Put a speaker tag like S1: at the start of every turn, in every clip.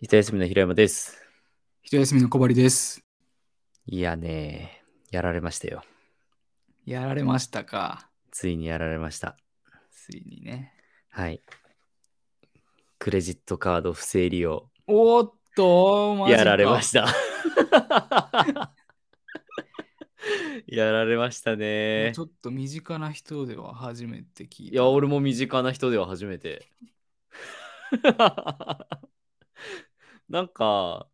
S1: 一休みの平山です。
S2: 一休みの小針です。
S1: いやね、やられましたよ。
S2: やられましたか。
S1: ついにやられました。
S2: ついにね。
S1: はい。クレジットカード不正利用。
S2: おーっと、マジか
S1: やられました。 やられましたね
S2: ち。ょっと身近な人では初めて聞いた。
S1: いや、俺も身近な人では初めて。 なんか、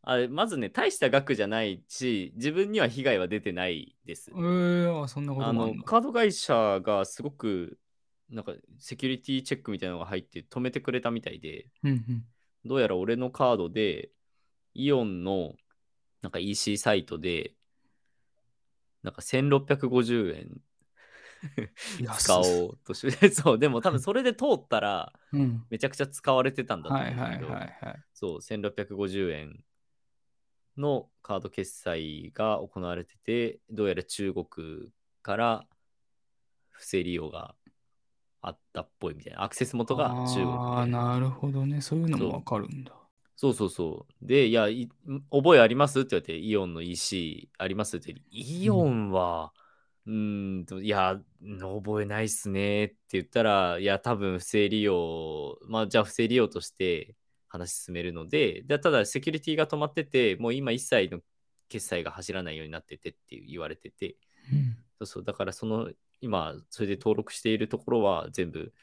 S1: あれまずね、大した額じゃないし、自分には被害は出てないです
S2: え。ー、あそんなこと
S1: あ
S2: もあ
S1: の
S2: んの
S1: カード会社がすごくなんかセキュリティチェックみたいなのが入って止めてくれたみたいで
S2: うんうん
S1: どうやら俺のカードでイオンのなんか EC サイトでなんか1650円使
S2: 安い
S1: おうとして そうでも多分それで通ったら
S2: うん。
S1: めちゃくちゃ使われてたんだと
S2: は
S1: 思う
S2: い
S1: んだ
S2: は
S1: け
S2: い
S1: ど、
S2: はいはい。
S1: そう1650円のカード決済が行われててどうやら中国から不正利用があったっぽいみたいなアクセス元が中国
S2: ああ、
S1: で
S2: なるほどね。そういうのもわかるんだ。
S1: そうそうそうでいやい覚えありますって言われてイオンの EC ありますって言ってイオンはうーんといや覚えないっすねって言ったらいや多分不正利用まあじゃあ不正利用として話進めるのででただセキュリティが止まっててもう今一切の決済が走らないようになっててって言われてて
S2: うん
S1: そうそうだからその今それで登録しているところは全部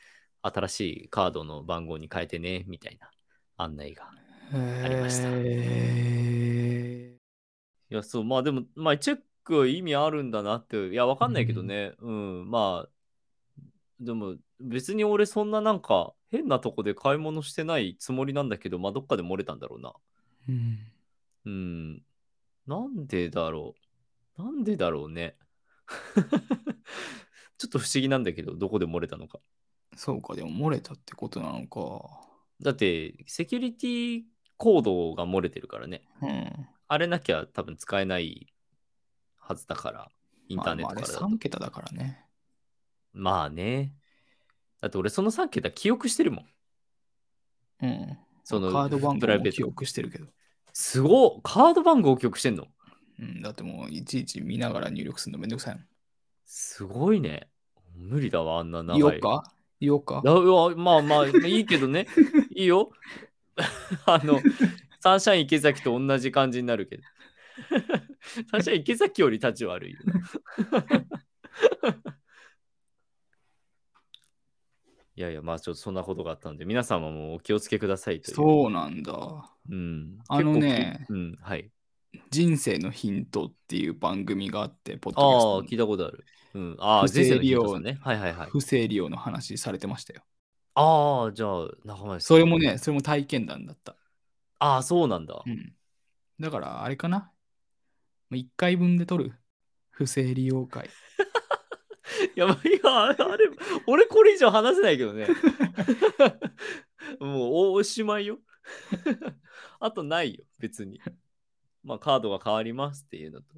S1: 新しいカードの番号に変えてねみたいな案内がありましたい
S2: へ
S1: や、そう、まあでも、まあチェックは意味あるんだなって、いや、わかんないけどね、うん、まあ、でも別に俺そんななんか変なとこで買い物してないつもりなんだけど、まあどっかで漏れたんだろうな。
S2: ーうん
S1: うん、なんでだろう。なんでだろうね。 ちょっと不思議なんだけど、どこで漏れたのか。
S2: そうか、でも漏れたってことなのか。
S1: だって、セキュリティコードが漏れてるからね。
S2: うん。
S1: あれなきゃ多分使えないはずだから、インターネット
S2: まあ
S1: か
S2: ま
S1: ら
S2: あ
S1: だと。
S2: あれ3桁だからね。
S1: まあね。だって俺その3桁記憶してるもん。
S2: うん。
S1: その
S2: カード番
S1: プ
S2: 号
S1: ライベ
S2: も
S1: ー
S2: 記
S1: ト。
S2: 憶してるけど。
S1: すごっカード番号記憶してんの
S2: うん、だってもういちいち見ながら入力するのめんどくさい
S1: すごいね。無理だわ、あんな
S2: も
S1: 長
S2: ん。
S1: い。
S2: 言おうか言おうか
S1: だうわまあまあ、いいけど ね。いいよ。 あの、サンシャイン池崎と同じ感じになるけど。 サンシャイン池崎より立ち悪いよ な。いやいや、まあちょっとそんなことがあったんで、皆様もお気をつけくださいという。
S2: そうなんだ。
S1: うん
S2: あのね
S1: 結構きうん、はい。
S2: 人生のヒントっていう番組があって、ポッ
S1: ああ
S2: ド、キャ
S1: 聞いたことある。うん、ああ、
S2: 不正
S1: 人生のヒン
S2: 利
S1: ト
S2: 用
S1: さんね。はいはいは
S2: ス
S1: い
S2: ト。。不正利用の話されてましたよ。
S1: ああ、じゃあ、仲間
S2: それも。ね、それも体験談だった。
S1: ああ、そうなんだ
S2: う。ん。だから、あれかな ?1 回分で撮る。不正利用会。
S1: やばいや、あれ、あれ俺これ以上話せないけど ね。もうお、おしまいよ。 あとないよ、別に。まあ、カードが変わりますっていうのと、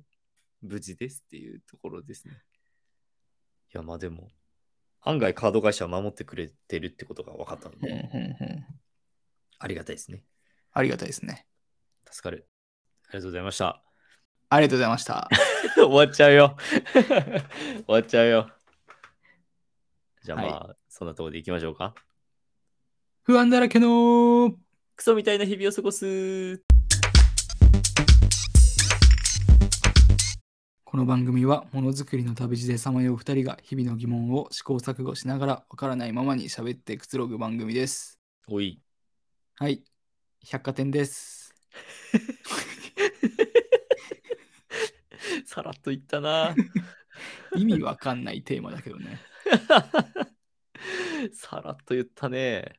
S1: 無事ですっていうところですね。いや、まあでも、案外カード会社は守ってくれてるってことが分かったの
S2: うんうん
S1: で、
S2: うん。
S1: ありがたいですね。
S2: ありがたいですね。
S1: 助かる。ありがとうございました。
S2: ありがとうございました。
S1: 終わっちゃうよ。 終わっちゃうよ。じゃあまあ、そんなところでいきましょうか。
S2: 不安だらけのー
S1: クソみたいな日々を過ごす。
S2: この番組はものづくりの旅路でさまよう2人が日々の疑問を試行錯誤しながらわからないままに喋ってくつろぐ番組です。
S1: おい。
S2: はい、百貨店です。
S1: さらっと言ったな。
S2: 意味わかんないテーマだけどね。
S1: さらっと言ったね。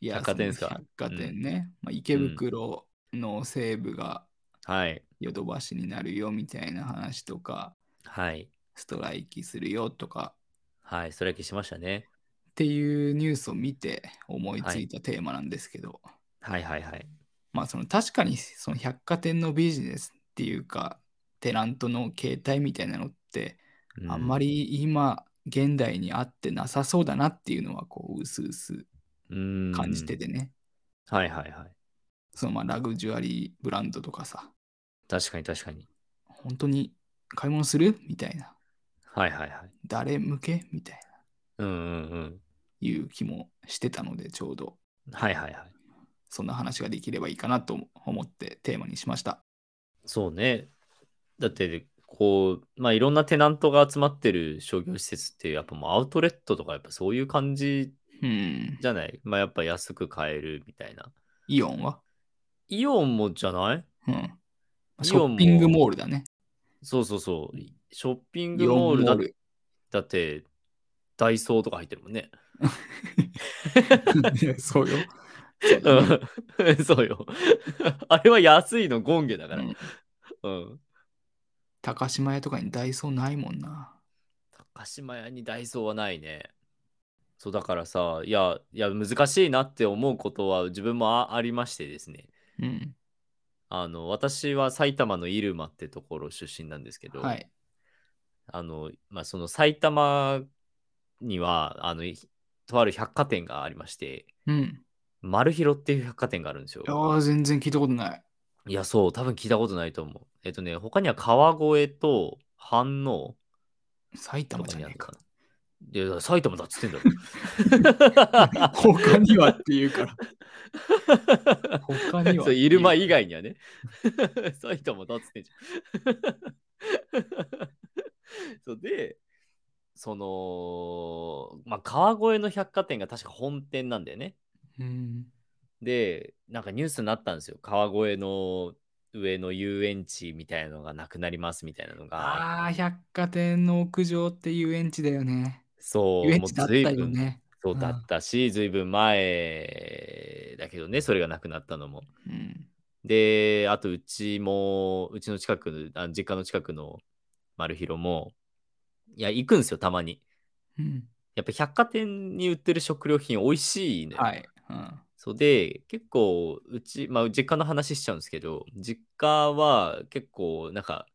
S2: いや
S1: 百貨店ですか
S2: その百貨店ね。まあ、池袋の西部が
S1: はい。
S2: ヨドバシになるよみたいな話とか、
S1: はい。
S2: ストライキするよとか
S1: はい。それだけしましたね。
S2: っていうニュースを見て思いついたテーマなんですけど、
S1: はいはいはい。
S2: まあその確かにその百貨店のビジネスっていうかテナントの形態みたいなのってあんま
S1: り。
S2: り今現代に合ってなさそうだなっていうのはこううすうす
S1: うん
S2: 感じててね、
S1: はいはいはい。
S2: そのまあラグジュアリーブランドとかさ、
S1: 確かに確かに。
S2: 本当に買い物するみたいな。
S1: はいはいはい。
S2: 誰向けみたいな。
S1: うんうん
S2: いう気もしてたので、ちょうど
S1: うん。はいはいはい。
S2: そんな話ができればいいかなと思ってテーマにしました。
S1: そうね。だって、こう、まあいろんなテナントが集まってる商業施設って、やっぱもうアウトレットとか、やっぱそういう感じ
S2: うん。
S1: じゃないまあやっぱ安く買えるみたいな。
S2: イオンは
S1: イオンもじゃない
S2: うん。シ
S1: イオ
S2: ョ
S1: ンも
S2: ッピングモールだね。
S1: そうそうそう。ショッピン
S2: イ
S1: グ
S2: オン
S1: モ
S2: モ
S1: ールだ
S2: ール。
S1: だって、ダイソーとか入ってるもんね。
S2: そうよ。そうだね
S1: うん そうよ。あれは安いのゴンゲだから。
S2: うん
S1: うん。
S2: 高島屋とかにダイソーないもんな。
S1: 高島屋にダイソーはないね。そうだからさ、いや、いや難しいなって思うことは自分もあありましてですね。
S2: うん。
S1: あの、私は埼玉の入間ってところ出身なんですけど、
S2: はい。
S1: あの、まあ、その埼玉には、あの、いとある百貨店がありまして、
S2: うん。
S1: マルヒロっていう百貨店があるんですよ。
S2: ああ、全然聞いたことない。
S1: いや、そう、多分聞いたことないと思う。えっとね、他には川越と飯能
S2: 埼
S1: と
S2: 玉
S1: か
S2: じゃ
S1: にあ
S2: ね
S1: るの
S2: えか
S1: か。な。いや、だから埼玉だっつってん だろ。
S2: 他にはっていうから。 他には。
S1: そうイルマ以外にはね。 埼玉だっつってんじゃん。 そうで、その、まあ、川越の百貨店が確か本店なんだよね。
S2: うん。
S1: で、なんかニュースになったんですよ。川越の上の遊園地みたいなのがなくなりますみたいなのが。
S2: ああ、百貨店の屋上って遊園地だよね。
S1: そう、
S2: 遊園地だった
S1: もう随
S2: よ
S1: 分
S2: ね。
S1: そう
S2: うん
S1: だったし、ずいぶん前だけどね、それがなくなったのも。
S2: うん。
S1: で、あとうちも、うちの近くの、あ実家の近くの丸広も、いや、行くんですよ、たまに。
S2: うん。
S1: やっぱ百貨店に売ってる食料品美味しいのよ。
S2: はい。うん。
S1: そうで、結構、うち、まあ、実家の話しちゃうんですけど、実家は結構、なんか、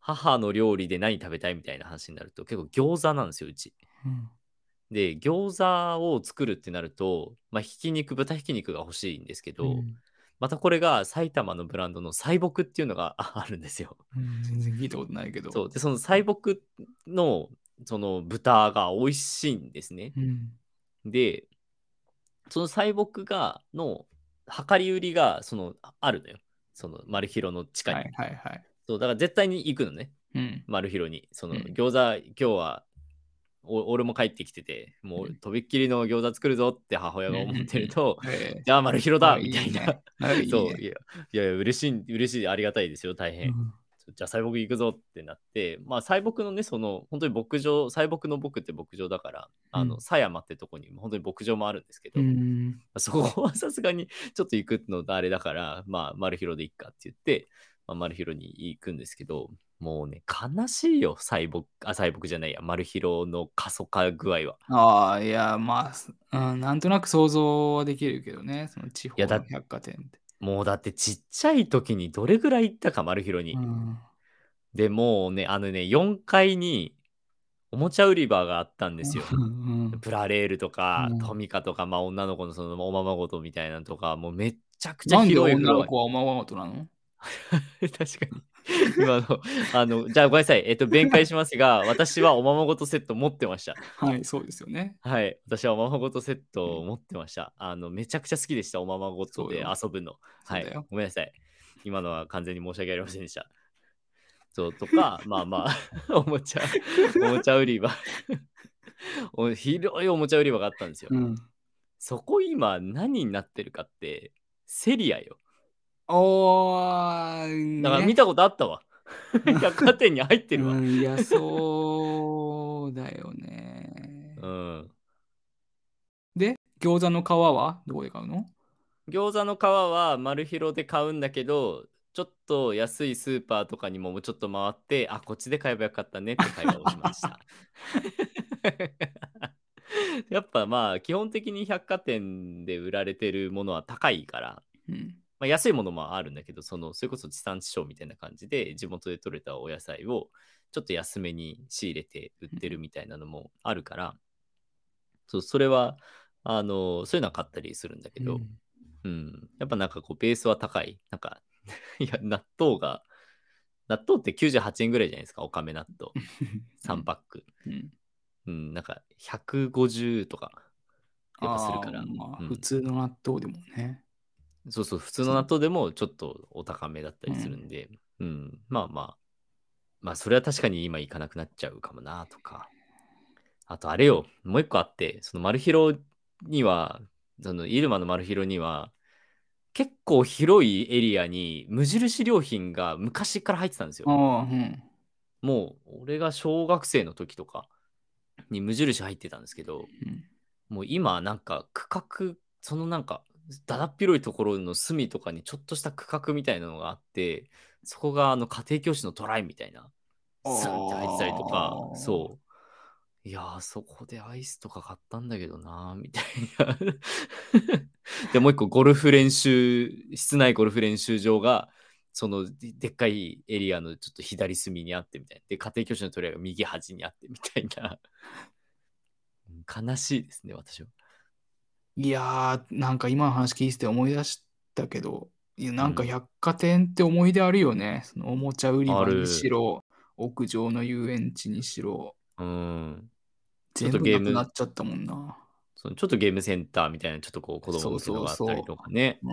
S1: 母の料理で何食べたいみたいな話になると、結構餃子なんですよ、うち。
S2: うん
S1: で餃子を作るってなると、まあ、ひき肉豚ひき肉が欲しいんですけど、
S2: うん
S1: またこれが埼玉のブランドのサイボクっていうのがあ あるんですよ。
S2: うん全然聞いたことないけど。
S1: そうでそのサイボクのその豚が美味しいんですね。
S2: うん。
S1: でそのサイボクがの量り売りがそのああるのよ。そのマルヒロの地下
S2: はい
S1: に、
S2: はいはい。
S1: そうだから絶対に行くのね
S2: うん。
S1: マルヒロに。その
S2: うん
S1: 餃子、今日はお俺も帰ってきててもうとびっきりの餃子作るぞって母親が思ってると、
S2: ええ
S1: じゃあ、丸広だ
S2: あ
S1: みたいな。
S2: ねあいいね
S1: そういや、いやいや、嬉しい、嬉しい、ありがたいですよ、大変。
S2: うん
S1: じゃあ、細木行くぞってなって、まあ、細木のね、その、本当に牧場、細木の僕って牧場だから、あ
S2: う
S1: の、
S2: ん
S1: 狭山ってとこに、本当に牧場もあるんですけど、
S2: うん。
S1: そこはさすがに ちょっと行くのあれだから、まあ、丸広で行っかって言って、まあ、丸広に行くんですけど、もうね、悲しいよ、細木、あ、細木じゃないや、丸広の過疎化具合は。
S2: ああ、いや、まあ、うん、なんとなく想像はできるけどね、その地方
S1: いやだ
S2: の百貨店って。
S1: もうだってちっちゃい時にどれぐらい行ったか、丸広に。
S2: うん
S1: でもうね、あのね、4階におもちゃ売り場があったんですよ。
S2: うん
S1: プラレールとか、
S2: うん
S1: トミカとか、まあ、女の子のそのおままごとみたいなのとか、もうめっちゃくち
S2: な
S1: ゃ
S2: んで
S1: 広いフ
S2: 女
S1: ロ
S2: の
S1: アに。
S2: 子はおままごとなの
S1: 確かに。今の、あの、じゃあごめんなさい。えっと、弁解します が、私はおままごとセット持ってました。
S2: はい、そうですよね。
S1: はい。私はおままごとセットを持ってました。あの、めちゃくちゃ好きでした、おままごとで
S2: そうよ
S1: 遊ぶの。
S2: そ
S1: は
S2: うだ
S1: い
S2: よ。。
S1: ごめんなさい。今のは完全に申し訳ありませんでした。そうと か、まあまあ、おもちゃ、おもちゃ売り場お。広いおもちゃ売り場があったんですよ。
S2: うん。
S1: そこ今何になってるかって、セリアよ。
S2: おー、
S1: だから
S2: ね
S1: 見たことあ ったわ。百貨店に入ってるわ。
S2: う
S1: うん。
S2: ん、いや、そうだよ ね。で、餃子の皮はどこで買うの
S1: 餃子の皮は丸広で買うんだけど、ちょっと安いスーパーとかにもちょっと回って、あ、こっちで買えばよかったねって会話をしました。 やっぱまあ、基本的に百貨店で売られてるものは高いから、
S2: うん。
S1: まあ、安いものもあるんだけど、そのそれこそ地産地消みたいな感じで、地元で採れたお野菜をちょっと安めに仕入れて売ってるみたいなのもあるから、そうそれは、あのそういうのは買ったりするんだけど、
S2: うん
S1: うん。やっぱなんかこう、ベースは高い。なんか、 いや、納豆が、納豆って98円ぐらいじゃないですか、おかめ納豆。3パック。
S2: うん
S1: うん、なんか150とか、やっぱするから
S2: あー。まあ
S1: うん
S2: 普通の納豆でもね。
S1: そうそう、普通の納豆でもちょっとお高めだったりするんで、うん、まあまあ、まあそれは確かに今行かなくなっちゃうかもなとか。あとあれよ、もう一個あって、そのマルヒロには、そのイルマのマルヒロには、結構広いエリアに無印良品が昔から入ってたんですよ。
S2: ああ、うん。
S1: もう俺が小学生の時とかに無印入ってたんですけど、
S2: うん
S1: もう今なんか区画そのなんかだだっ広いところの隅とかにちょっとした区画みたいなのがあってそこがあの家庭教師のトライみたいなスンって入ってたりとか
S2: あー
S1: そういやーそこでアイスとか買ったんだけどなーみたいな でもう一個ゴルフ練習室内ゴルフ練習場がそのででっかいエリアのちょっと左隅にあってみたいなで家庭教師のトライが右端にあってみたいな悲しいですね私は。
S2: いやー、なんか今の話聞いてて思い出したけど、いやなんか百貨店って思い出あるよね。そのおもちゃ売り場
S1: ある
S2: にしろ、屋上の遊園地にしろ、
S1: うん。ちょ
S2: 全
S1: っと
S2: 部
S1: ゲー
S2: な
S1: ム
S2: くなっちゃったもんな。
S1: そのちょっとゲームセンターみたいな、ちょっとこう子供向けのがあったりとかね。
S2: うん。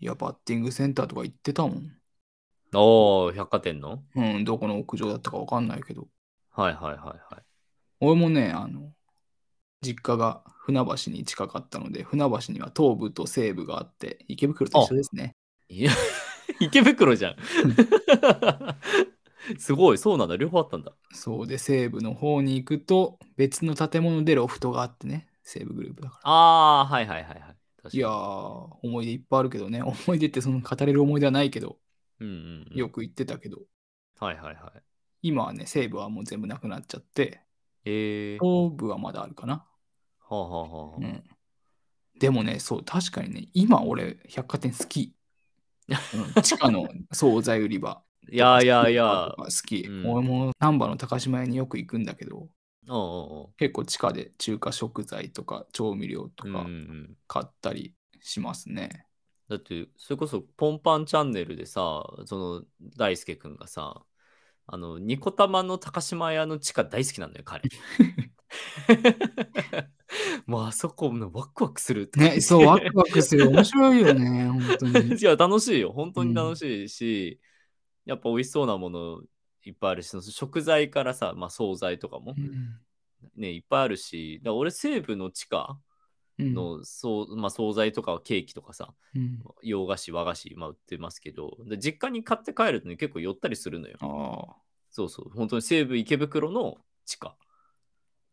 S2: いや、バッティングセンターとか行ってたもん。
S1: おお、百貨店の
S2: うん、どこの屋上だったかわかんないけど。
S1: はいはいはいはい。
S2: 俺もね、あの、実家が船橋に近かったので、船橋には東部と西部があって、池袋と一緒ですね。
S1: いや 池袋じゃん。 すごい、そうなんだ。両方あったんだ。
S2: そうで、西部の方に行くと、別の建物でロフトがあってね、西部グループだから。
S1: ああ、はいはいはいはい。確かに
S2: いやー、思い出いっぱいあるけどね、 思い出ってその語れる思い出はないけど、
S1: うんうんうん。
S2: よく行ってたけど、
S1: はいはいはい。
S2: 今はね、西部はもう全部なくなっちゃって、
S1: えー、は
S2: 東部はまだあるかな。
S1: あはあはあはあ
S2: うん。でもね、そう、確かにね、今俺、百貨店好き。うん地 下の惣菜売り場。
S1: いやいやいや
S2: と。か好き。
S1: うん
S2: 俺も難波の高島屋によく行くんだけど、
S1: おうお
S2: 結構地下で中華食材とか調味料と
S1: うおう。うんうんう
S2: か
S1: ん。
S2: 買ったりしますね。
S1: だって、それこそ、ポンパンチャンネルでさ、その、大輔くんがさ、あの、ニコタマの高島屋の地下大好きなんだよ、 彼。 もう、あそこ、のワクワクするとか言って
S2: ね、そう、ワクワク する。面白いよね、本当に。
S1: いや、楽しいよ。本当に楽しいし、やっぱ美味しそうなものいっぱいあるし、その食材からさ、まあ、惣菜とかも
S2: うん
S1: ね、いっぱいあるし、だから俺、西部の地下
S2: うん
S1: の、そうまあ、惣菜とかケーキとかさ、
S2: うん
S1: 洋菓子、和菓子、まあ、売ってますけど、で実家に買って帰るとね、結構寄ったりするのよ。
S2: ああ、
S1: そうそう、本当に西武池袋の地下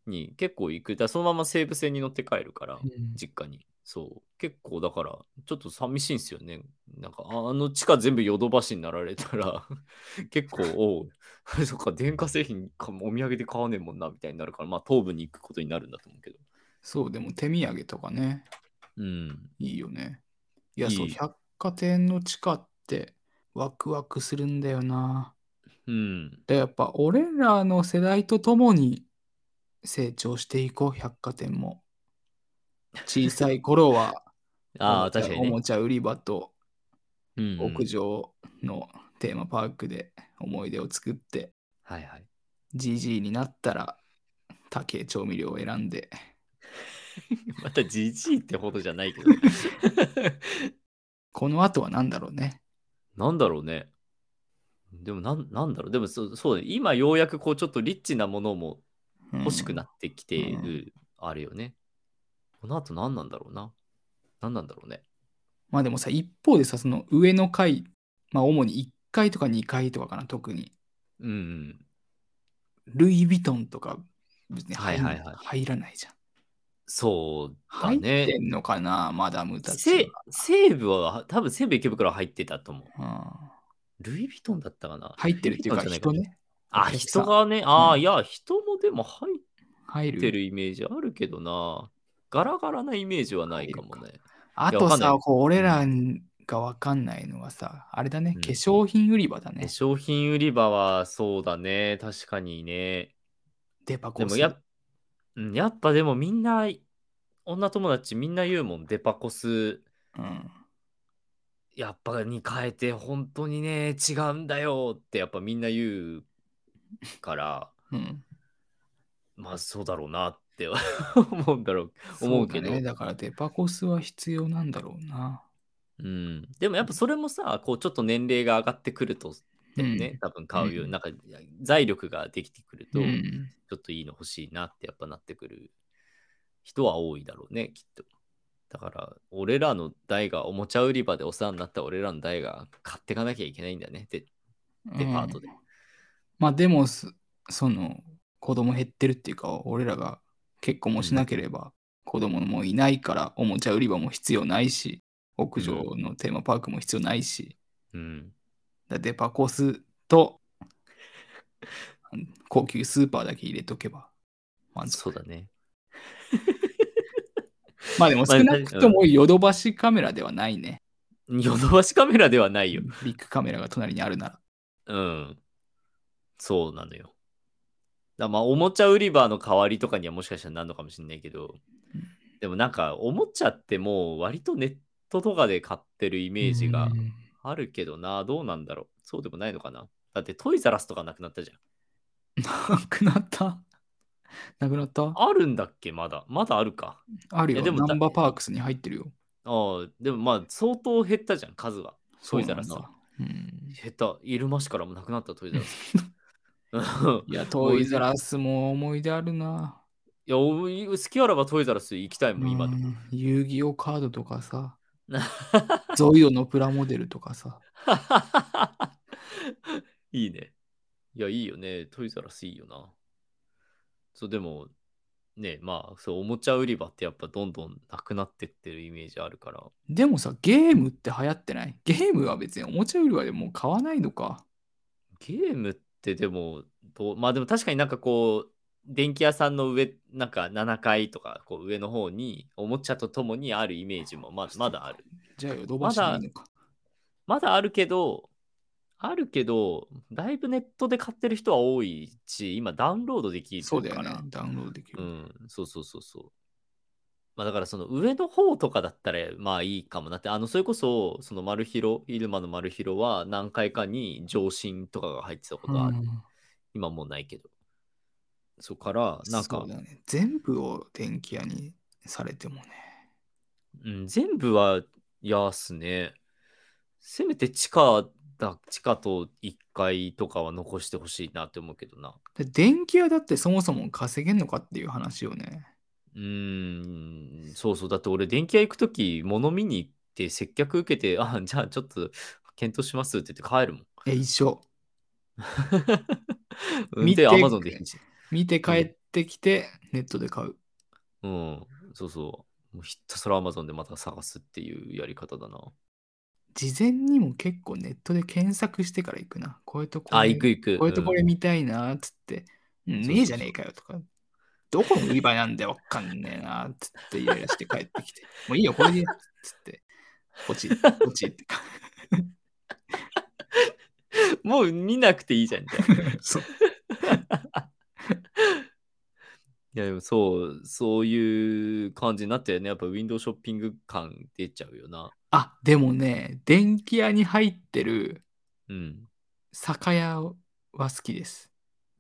S1: に結構行く。だからそのまま西武線に乗って帰るから
S2: う、ん
S1: 実家に。そう、結構だから、ちょっと寂しいんですよね。なんか、ああの地下全部ヨドバシになられたら、 結構、おう そっか、電化製品かお土産で買わねえもんな、みたいになるから、まあ、東部に行くことになるんだと思うけど。
S2: そう、でも手土産とかね、
S1: うん。
S2: いいよね。いや、そう、
S1: いい
S2: 百貨店の地下ってワクワクするんだよな。
S1: うん。
S2: で、やっぱ俺らの世代とともに成長していこう、百貨店も。小さい頃 は
S1: あ
S2: おも
S1: あ、
S2: ちゃ
S1: 確かに
S2: お
S1: ね。
S2: もちゃ売り場と
S1: うんうん
S2: 屋上のテーマパークで思い出を作って、
S1: はいはい。
S2: じじいになったら竹調味料を選んで、
S1: またじじいってほどじゃないけど。
S2: この後は何だろうね。
S1: なんだろうね。でもなん、なんだろう。でもそ、そうだね今ようやくこう、ちょっとリッチなものも
S2: うん
S1: 欲しくなってきてい
S2: うんう
S1: る、あれよね。この後何なんだろうな。何なんだろうね。
S2: まあでもさ、一方でさ、その上の階、まあ主に1階とか2階とかかな、特に。
S1: うんうん。
S2: ルイ・ヴィトンとか別に入,、
S1: はいはいはい
S2: 入らないじゃん。
S1: そうだ
S2: 入って
S1: ね。
S2: んのかな、マダムた
S1: せ
S2: ち
S1: 西武は、多分西武池袋入ってたと思う。
S2: は。うん
S1: ルイ・ヴィトンだったかな。
S2: 入ってるっていうか、
S1: ルイヴィト
S2: 人
S1: ンじゃないか
S2: ね。
S1: あ、
S2: お客さん
S1: 人がね、ああ、
S2: うん
S1: いや、人もでも入
S2: 入
S1: って
S2: る。
S1: るイメージあるけどな。ガラガラなイメージはないかもね。
S2: あ
S1: いや
S2: と
S1: わかんない
S2: さ、こう俺らがわかんないのはさ、あれだね、
S1: うん
S2: 化粧品売り場だ
S1: 化
S2: ね。
S1: 粧品売り場はそうだね。確かにね。
S2: デパコ
S1: で
S2: ス。
S1: もやっうんやっぱでもみんな、女友達みんな言うもん。デパコス
S2: うん、
S1: やっぱに変えて本当にね違うんだよってやっぱみんな言うから
S2: うん。
S1: まあそうだろうなって思うんだろう思うけど
S2: そだね。だからデパコスは必要なんだろうな。
S1: うん、でもやっぱそれもさこうちょっと年齢が上がってくると
S2: う
S1: ね、
S2: ん。
S1: 多分買うよう
S2: うん
S1: なんか財力ができてくると、
S2: う
S1: ち
S2: ん。
S1: ょっといいの欲しいなってやっぱなってくる人は多いだろうねきっとだから俺らの代がおもちゃ売り場でお世話になった俺らの代が買っていかなきゃいけないんだねでデパートで、
S2: まあでもす、その、子供減ってるっていうか、俺らが結婚もしなければ、子供もいないから、おもちゃ売り場も必要ないし、屋上のテーマパークも必要ないし、
S1: うん、
S2: だからデパコスと、高級スーパーだけ入れとけば満足。
S1: そうだね
S2: まあでも
S1: まあ
S2: 少なくともヨドバシカメラではないね。
S1: ヨドバシカメラではないよ
S2: ビッグカメラが隣にあるなら。
S1: うんそうなのよだからまあおもちゃ売り場の代わりとかにはもしかしたらなるのかもしれないけど
S2: うん
S1: でもなんかおもちゃってもう割とネットとかで買ってるイメージが
S2: うん
S1: あるけどな、どうなんだろう。そうでもないのかな。だってトイザラスとかなくなったじゃん。
S2: なくなった。なくなった
S1: あるんだっけ、まだ。まだあるか。
S2: ある
S1: い
S2: よ。
S1: やでも
S2: ナンバーパークスに入ってるよ。
S1: ああ、でもまあ相当減ったじゃん、数は。トイザラス
S2: そう
S1: は
S2: なんだ。うん
S1: 減った。イルマ市からもなくなった、トイザラス。
S2: いや、トイザラスも思い出あるな。
S1: いや、お好きあらばトイザラス行きたいもん、今で
S2: う
S1: も。
S2: ん遊戯王カードとかさ、ゾイドのプラモデルとかさ。
S1: いいね。いや、いいよね。トイザラスいいよな。そう、でも、ね、まあ、そう、おもちゃ売り場ってやっぱどんどんなくなってってるイメージあるから。
S2: でもさ、ゲームって流行ってないゲームは別におもちゃ売り場でもう買わないのか。
S1: ゲームってでもどう、まあでも確かになんかこう、電気屋さんの上、なんか7階とかこう上の方に、おもちゃとともにあるイメージもままだある。
S2: じゃあヨドバシでいいのか。
S1: まだあるけど、あるけど、だいぶネットで買ってる人は多いし、今ダウンロードできるから。
S2: そうだよね。ダウンロードでき
S1: う
S2: る。
S1: ん、そうそうそうそう。まあだからその上の方とかだったらまあいいかもなって、あのそれこそそのマルヒロ、イルマのマルヒロは何回かに上新とかが入ってたことはある。
S2: うん
S1: 今もうないけど。そっから、なんか
S2: そう、だね、全部を電気屋にされてもね。
S1: うん、全部はやっすね。せめて地下だ、地下と1階とかは残してほしいなって思うけどな。
S2: で電気屋だってそもそも稼げんのかっていう話よ ね。
S1: うーん、そうそう。だって俺、電気屋行くとき、物見に行って、接客受けて、あ、じゃあちょっと検討しますって言って帰るもん。
S2: え、一緒。
S1: うん
S2: 見て
S1: で、アマゾンでいいし。
S2: 見て帰ってきて、ネットで買う。
S1: うん、そうそう。もうひたすらアマゾンでまた探すっていうやり方だな。
S2: 事前にも結構ネットで検索してから行くな。こういうとこ
S1: あ、行く行く。
S2: こういうとこ
S1: うん
S2: れ見たいな、つって。う
S1: そうそう
S2: ん
S1: そう
S2: ねえじゃねえかよとか。どこの売り場なんだよ、わかんねえな、つってイライラして帰ってきて。 もういいよ、これで、つって。ポチッ、ポチッって。
S1: もう見なくていいじゃん。じゃあ
S2: そう。
S1: いやでもそう、そういう感じになったよね。やっぱウィンドウショッピング感出ちゃうよな。
S2: あ、でもね、電気屋に入ってる
S1: うん。
S2: 酒屋は好きです。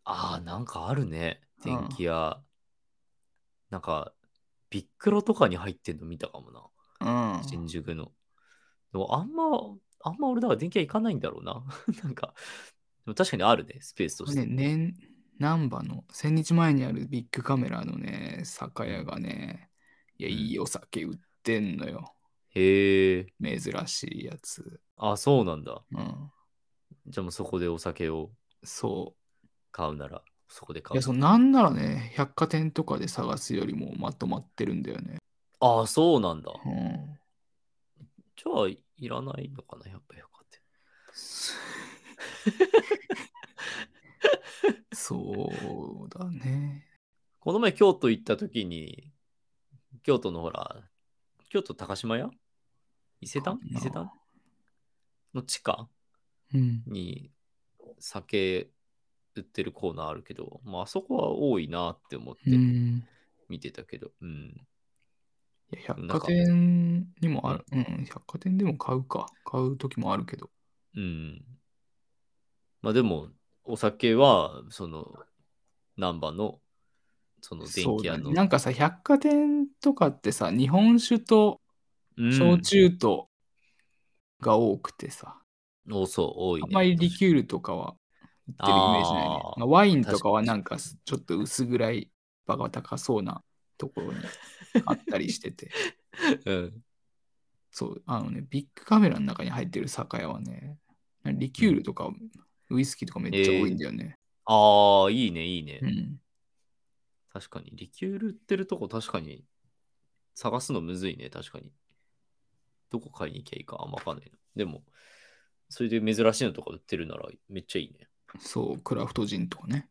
S1: ああ、なんかあるね。
S2: うん
S1: 電気屋。なんか、ビックロとかに入ってんの見たかもな。
S2: うん。
S1: 新宿の。でもあんま、あんま俺だから電気屋行かないんだろうな。 なんか、でも確かにあるね、スペースとして。
S2: ね、年、難波の千日前にあるビッグカメラのね、酒屋がね、いや、
S1: うん
S2: いいお酒売ってんのよ。
S1: へえ。
S2: 珍しいやつ。
S1: あ、そうなんだ。
S2: うん。
S1: じゃあもうそこでお酒を
S2: そう。
S1: 買うなら、そこで
S2: い
S1: 買う
S2: や、。そう、なんならね、百貨店とかで探すよりもまとまってるんだよね。
S1: ああ、そうなんだ。
S2: うん。
S1: じゃあ、いらないのかな、やっぱ百貨店。
S2: そうだね。
S1: この前、京都行った時に、京都のほら、京都高島屋伊勢丹
S2: かな
S1: 伊勢丹の地下
S2: うん。
S1: に酒売ってるコーナーあるけど、まあ、あそこは多いなって思って
S2: うん。
S1: 見てたけど、うん。
S2: いや百貨店にもある、うん、百貨店でも買うか。買う時もあるけど。
S1: うん。まあでも、お酒は、その、難波の、その電
S2: そう
S1: 気屋
S2: だ
S1: の。
S2: ね。なんかさ、百貨店とかってさ、日本酒と
S1: うん
S2: 焼酎とが多くてさ、
S1: おそう、多い、ね。
S2: あんまりリキュールとかは売ってるイメージないね
S1: あ。ー
S2: まあワインとかはなんかすちょっと薄暗い場が高そうなところにあったりし てて。
S1: うん。
S2: そう、あのね、ビッグカメラの中に入ってる酒屋はね、リキュールとか、ウイスキーとかめっちゃ多いんだよね。
S1: ああ、いいね、いいね。
S2: うん。
S1: 確かに。リキュール売ってるとこ、確かに、探すのむずいね、確かに。どこ買いに行きゃいいか、あんまわかんないな。でも、それで珍しいのとか売ってるなら、めっちゃいいね。
S2: そう、クラフトジンとかね。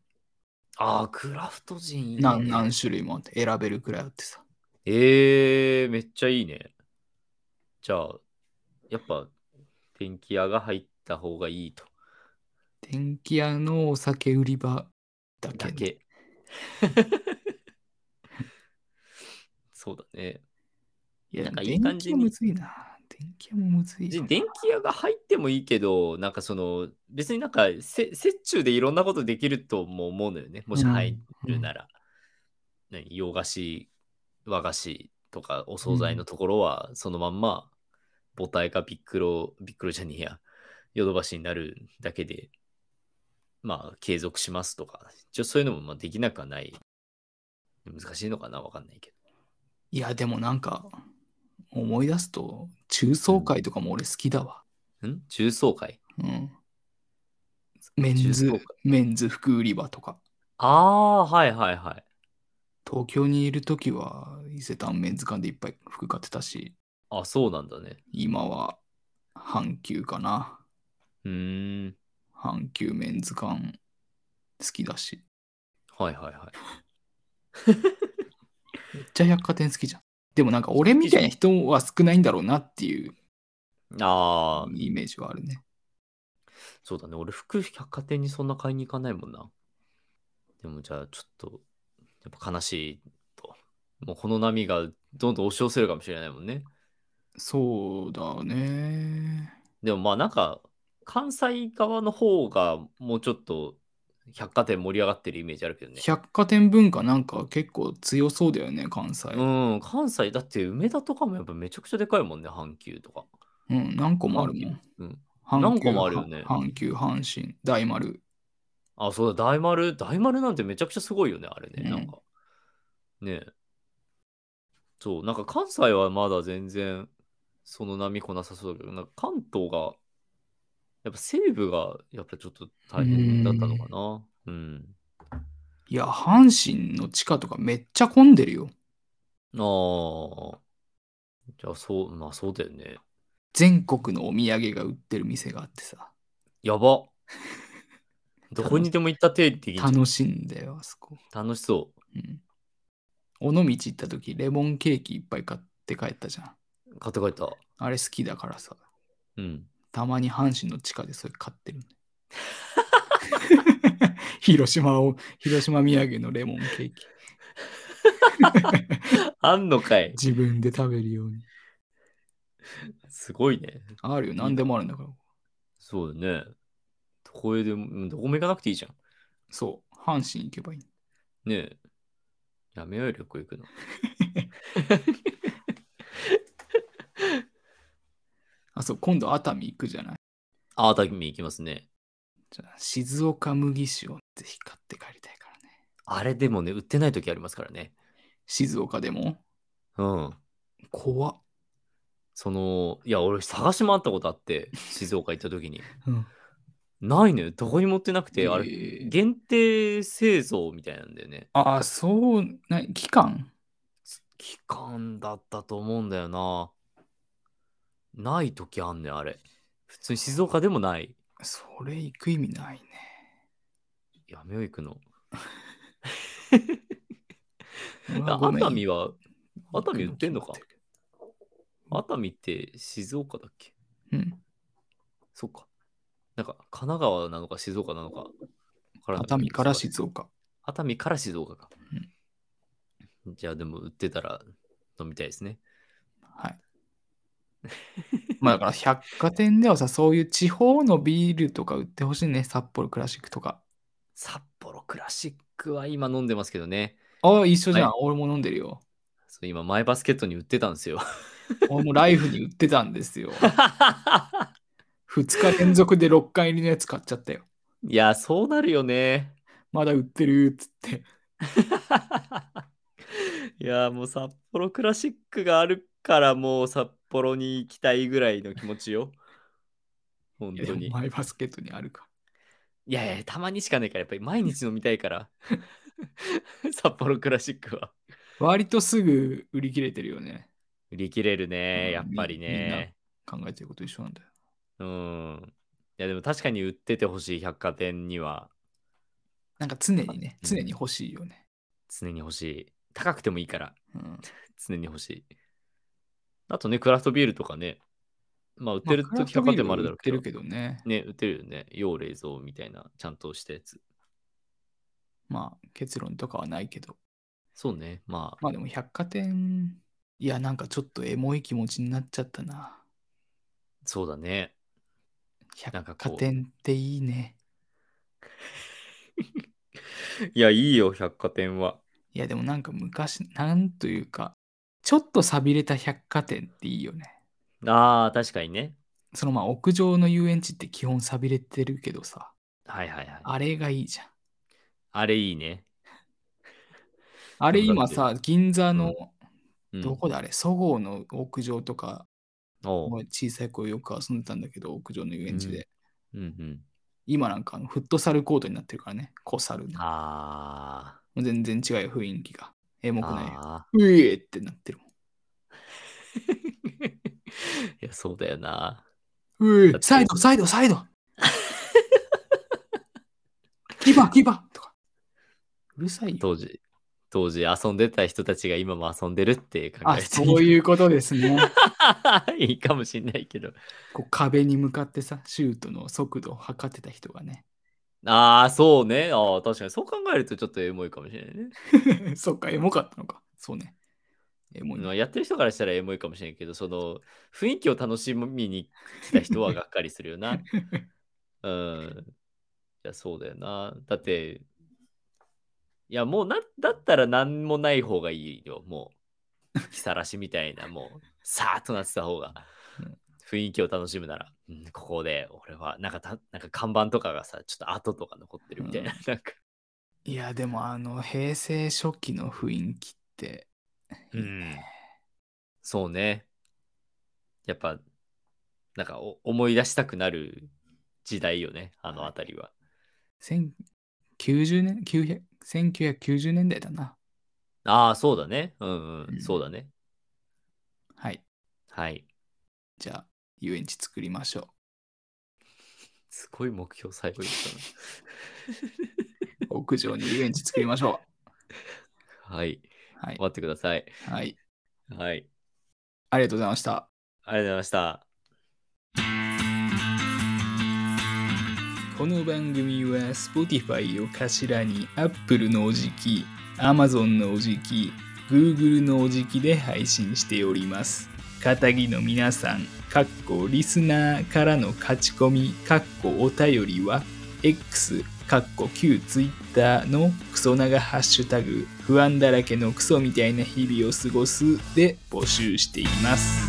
S1: ああ、クラフトジンいいね。
S2: 何何種類もあって選べるくらいあってさ。
S1: ええー、めっちゃいいね。じゃあ、やっぱ、電気屋が入った方がいいと。
S2: 電気屋のお酒売り場だけ
S1: だ
S2: ど。
S1: け。 そうだね。
S2: いや、
S1: な
S2: な
S1: か
S2: んんか
S1: いい感じに
S2: 電気屋むずいな。電気屋もむずい
S1: で
S2: よ。
S1: 電気屋が入ってもいいけど、なんかその、別になんか、せ折衷でいろんなことできるとも思うのよね。もし入るなら。何洋菓子、和菓子とかお惣菜のところは、そのまんま、母体がビックロ、ビックロじゃねえや、ヨドバシになるだけで、まあ、継続しますとか、一応そういうのもまあできなくはない。難しいのかなわかんないけど。
S2: いや、でもなんか、思い出すと、中層階とかも俺好きだわ。
S1: ん重曹会
S2: うん。メンズ
S1: 中層階、
S2: メンズ服売り場とか。
S1: ああー、はいはいはい。
S2: 東京にいるときは伊勢丹メンズ館でいっぱい服買ってたし、
S1: あ、そうなんだね。
S2: 今は阪急かな。
S1: うーん。
S2: 阪急メンズ館好きだし。
S1: はいはいはい。
S2: めっちゃ百貨店好きじゃん。でもなんか俺みたいな人は少ないんだろうなっていう
S1: ああ、
S2: イメージはあるね。
S1: そうだね。俺、服百貨店にそんな買いに行かないもんな。でもじゃあ、ちょっと、やっぱ悲しいと。もうこの波がどんどん押し寄せるかもしれないもんね。
S2: そうだね。
S1: でもまあなんか、関西側の方がもうちょっと百貨店盛り上がってるイメージあるけどね。
S2: 百貨店文化なんか結構強そうだよね、関西。う、
S1: うんん、関西だって梅田とかもやっぱめちゃくちゃでかいもんね、阪急とか。
S2: 何個もあるもん。
S1: うん。
S2: 阪急
S1: 何個もあるよね
S2: 阪急、阪神、大丸。
S1: あ、そうだ、大丸、大丸なんてめちゃくちゃすごいよね、あれね、
S2: うん
S1: なんか。ねえ。そう、なんか関西はまだ全然その波来なさそうだけど、なんか関東が、やっぱ西部がやっぱちょっと大変だったのかな。うん。
S2: いや、阪神の地下とかめっちゃ混んでるよ。
S1: ああ。じゃあ、そう、まあそうだよね。
S2: 全国のお土産が売ってる店があってさ、
S1: や ば。どこにでも行った手できんじゃん
S2: 楽しいんだよ、あそこ。
S1: 楽しそ
S2: うん。尾道行った時、レモンケーキいっぱい買って帰ったじゃん。
S1: う。買って帰った。
S2: あれ好きだからさ、
S1: うん。
S2: たまに阪神の地下でそれ買ってるんだよ。 広島を、広島土産のレモンケーキ。
S1: あんのかい。
S2: 自分で食べるように。
S1: すごいね。
S2: あるよ、何でもあるんだから。
S1: そうだね。どこへでも、うんどこも行かなくていいじゃん。
S2: そう、阪神行けばいい。
S1: ねえ。やめようよ、旅行行くの。
S2: あ、そう、今度熱海行くじゃない。
S1: あーたみ行きますね。
S2: じゃあ静岡麦酒をぜひ買って帰りたいからね。
S1: あれでもね、売ってない時ありますからね。
S2: 静岡でも
S1: うん。
S2: 怖っ。
S1: その、いや、俺、探し回ったことあって、静岡行った時に。
S2: うん、
S1: ないのよ、どこにも売ってなくて、あ
S2: え
S1: れ、
S2: ー
S1: 限定製造みたいなんだよね。
S2: ああ、そう、な期間
S1: 期間だったと思うんだよな。ない時あんねん、あれ。普通に静岡でもない。
S2: それ行く意味ないね。
S1: やめよう行くの。
S2: うわごめん
S1: 熱海は、熱海売ってんのか
S2: 行く
S1: 熱海って静岡だっけ
S2: 決まってる
S1: そっか。なんか、神奈川なのか静岡なのかわ
S2: う
S1: ら
S2: ん、
S1: ない
S2: 熱海から静岡。
S1: 熱海から静岡か。じゃあ、でも売ってたら飲みたいですね。
S2: はい。まあだから百貨店ではさ、そういう地方のビールとか売ってほしいね。札幌クラシックとか。
S1: 札幌クラシックは今飲んでますけどね。
S2: ああ、一緒じゃん。
S1: は
S2: 俺も飲んでるよ。
S1: そう今、マイバスケットに売ってたんですよ。
S2: 俺もライフに売ってたんですよ。2日連続で6回入りのやつ買っちゃったよ。
S1: いや、そうなるよね。
S2: まだ売ってるっつって。
S1: いや、もう札幌クラシックがあるから、もう札幌に行きたいぐらいの気持ちよ。本
S2: いやで
S1: 当
S2: も
S1: に。
S2: マイバスケットにあるか。
S1: いやいや、たまにしかないから、やっぱり毎日飲みたいから。 札幌クラシックは。
S2: 割とすぐ売り切れてるよね。
S1: 売り切れるね、
S2: うん
S1: やっぱりね。
S2: 考えてること一緒なんだよ。
S1: うん。いや、でも確かに売っててほしい百貨店には
S2: なんか常にね、
S1: うん
S2: 常に欲しいよね。
S1: 常に欲しい。高くてもいいから、
S2: うん。
S1: 常に欲しい。あとね、クラフトビールとかね。まあ、売ってる
S2: まあ
S1: 時百貨店もあるだろうけど。
S2: クラフトビール売ってるけど
S1: ね、
S2: ね。
S1: 売ってるよね。要冷蔵みたいな、ちゃんとしたやつ。
S2: まあ結論とかはないけど。
S1: そうね、まあ、
S2: まあでも百貨店、いやなんかちょっとエモい気持ちになっちゃったな。
S1: そうだね。なんか
S2: 百貨
S1: こう
S2: 店っていいね。
S1: いや、いいよ、百貨店は。
S2: いやでもなんか昔、なんというか、ちょっと寂れた百貨店っていいよね。
S1: ああ、確かにね。
S2: そのまあ屋上の遊園地って基本寂れてるけどさ、
S1: はいはいはい。あ
S2: あれがいいじゃん。
S1: れいいね。
S2: あれ
S1: そうだ
S2: 今
S1: って
S2: さ、銀座の、
S1: うん
S2: どこだあれ、そごうの屋上とか、
S1: おう
S2: 俺小さい頃よく遊んでたんだけど、屋上の遊園地で。
S1: うんうん。
S2: 今なんかあのフットサルコートになってるからね、小猿の。
S1: あ
S2: もう全然違うよ、雰囲気が。エ
S1: ー
S2: モくないよ。
S1: あ
S2: うえってなってるも
S1: ー。いや、そうだよな。
S2: ん。うえ
S1: だって
S2: サイド、サイド、サイド 牙、牙とか。うるさいよ。
S1: 当時、当時遊んでた人たちが今も遊んでるって考
S2: あ、
S1: え
S2: そ
S1: て
S2: う
S1: いい
S2: いうことですね。
S1: いいかもしんないけど。
S2: こう壁に向かってさ、シュートの速度を測ってた人がね。
S1: ああ、そうね。ああ、確かにそう考えるとちょっとエモいかもしれないね。
S2: そっか、エモかったのか。そうね。エモいね。
S1: まあやってる人からしたらエモいかもしれないけど、その雰囲気を楽しみに来た人はがっかりするよ な。うん。いや、そうだよな。だって、いや、もうな、だったら何もない方がいいよ、もう。日さらしみたいな、もう、さーっとなってた方が
S2: うん。
S1: 雰囲気を楽しむなら、うん、ここで俺はなんかたなんか看板とかがさちょっと跡とか残ってるみたいな,、なんか
S2: いや、でもあの、平成初期の雰囲気って、
S1: うんそうね。やっぱ、なんかお思い出したくなる時代よね、あのあたりは。
S2: 千90年、900 1990年代だな。
S1: ああ、そうだね。うん
S2: う
S1: うんん、そうだね。
S2: はい。
S1: はい。
S2: じゃあ、遊園地作りましょ
S1: すごい目標最後言っ
S2: う。屋上に遊園地作りましょ
S1: たな。はい。
S2: う。はい。
S1: 待ってください。
S2: はい。
S1: はい。
S2: ありがとうございました。
S1: ありがとうございました。
S2: この番組は Spotify を頭に Apple のおじき、Amazon のおじき、Google のおじきで配信しております。片木の皆さん、かっこリスナーからの勝ち込み、かっこお便りは X、かっこ旧 Twitter のクソ長ハッシュタグ、不安だらけのクソみたいな日々を過ごすで募集しています。